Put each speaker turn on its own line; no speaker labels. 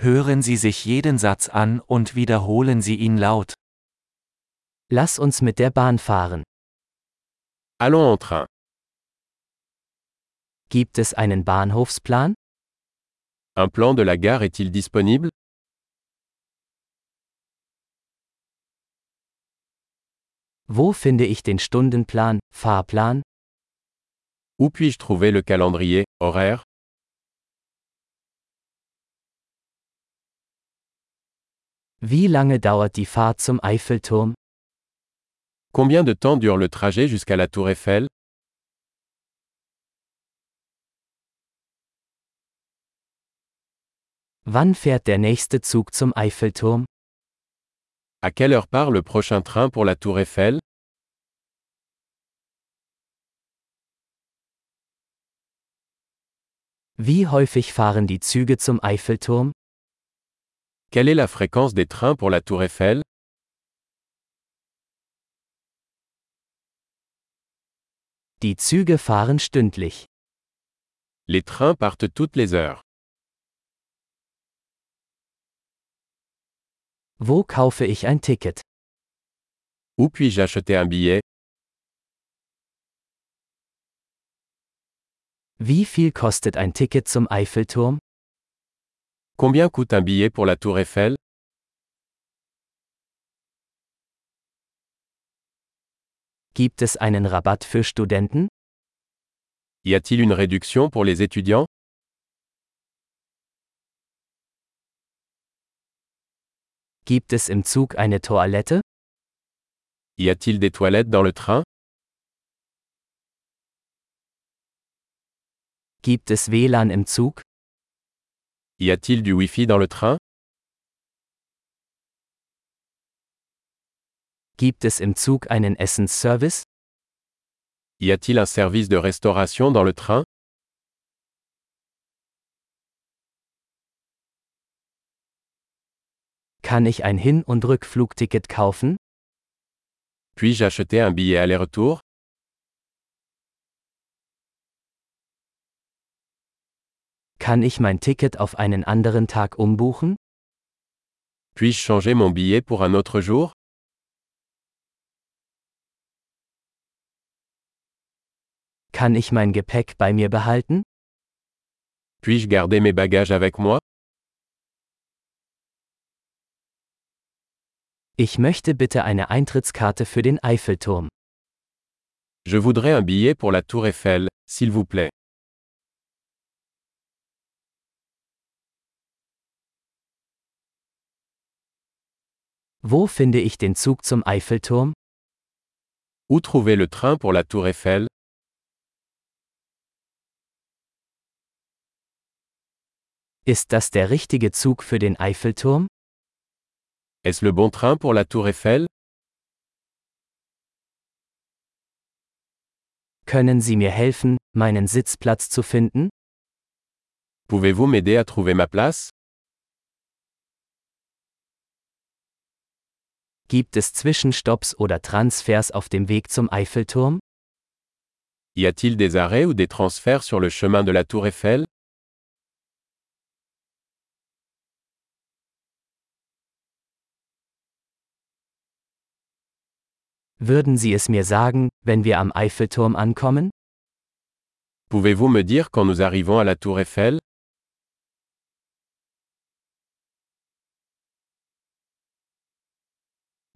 Hören Sie sich jeden Satz an und wiederholen Sie ihn laut.
Lass uns mit der Bahn fahren.
Allons en train.
Gibt es einen Bahnhofsplan?
Un plan de la gare est-il disponible
Wo finde ich den Stundenplan, Fahrplan?
Où puis-je trouver le calendrier, horaire
Wie lange dauert die Fahrt zum Eiffelturm?
Combien de temps dure le trajet jusqu'à la tour Eiffel
Wann fährt der nächste Zug zum Eiffelturm?
À quelle heure part le prochain train pour la tour Eiffel
Wie häufig fahren die Züge zum Eiffelturm?
Quelle est la fréquence des trains pour la tour Eiffel
Die Züge fahren stündlich.
Les trains partent toutes les heures.
Wo kaufe ich ein Ticket?
Où puis-je acheter un billet
Wie viel kostet ein Ticket zum Eiffelturm?
Combien coûte un billet pour la tour Eiffel
Gibt es einen Rabatt für Studenten?
Y a-t-il une réduction pour les étudiants
Gibt es im Zug eine Toilette?
Y a-t-il des toilettes dans le train
Gibt es WLAN im Zug?
Y a-t-il du Wi-Fi dans le train
Gibt es im Zug einen Essensservice?
Y a-t-il un service de restauration dans le train
Kann ich ein Hin- und Rückflugticket kaufen?
Puis-je acheter un billet aller-retour
Kann ich mein Ticket auf einen anderen Tag umbuchen?
Puis-je changer mon billet pour un autre jour
Kann ich mein Gepäck bei mir behalten?
Puis-je garder mes bagages avec moi
Ich möchte bitte eine Eintrittskarte für den Eiffelturm.
Je voudrais un billet pour la tour Eiffel, s'il vous plaît.
Wo finde ich den Zug zum Eiffelturm?
Où trouver le train pour la tour Eiffel
Ist das der richtige Zug für den Eiffelturm?
Est-ce le bon train pour la tour Eiffel
Können Sie mir helfen, meinen Sitzplatz zu finden?
Pouvez-vous m'aider à trouver ma place
Gibt es Zwischenstopps oder Transfers auf dem Weg zum Eiffelturm?
Y a-t-il des arrêts ou des transferts sur le chemin de la tour Eiffel
Würden Sie es mir sagen, wenn wir am Eiffelturm ankommen?
Pouvez-vous me dire quand nous arrivons à la tour Eiffel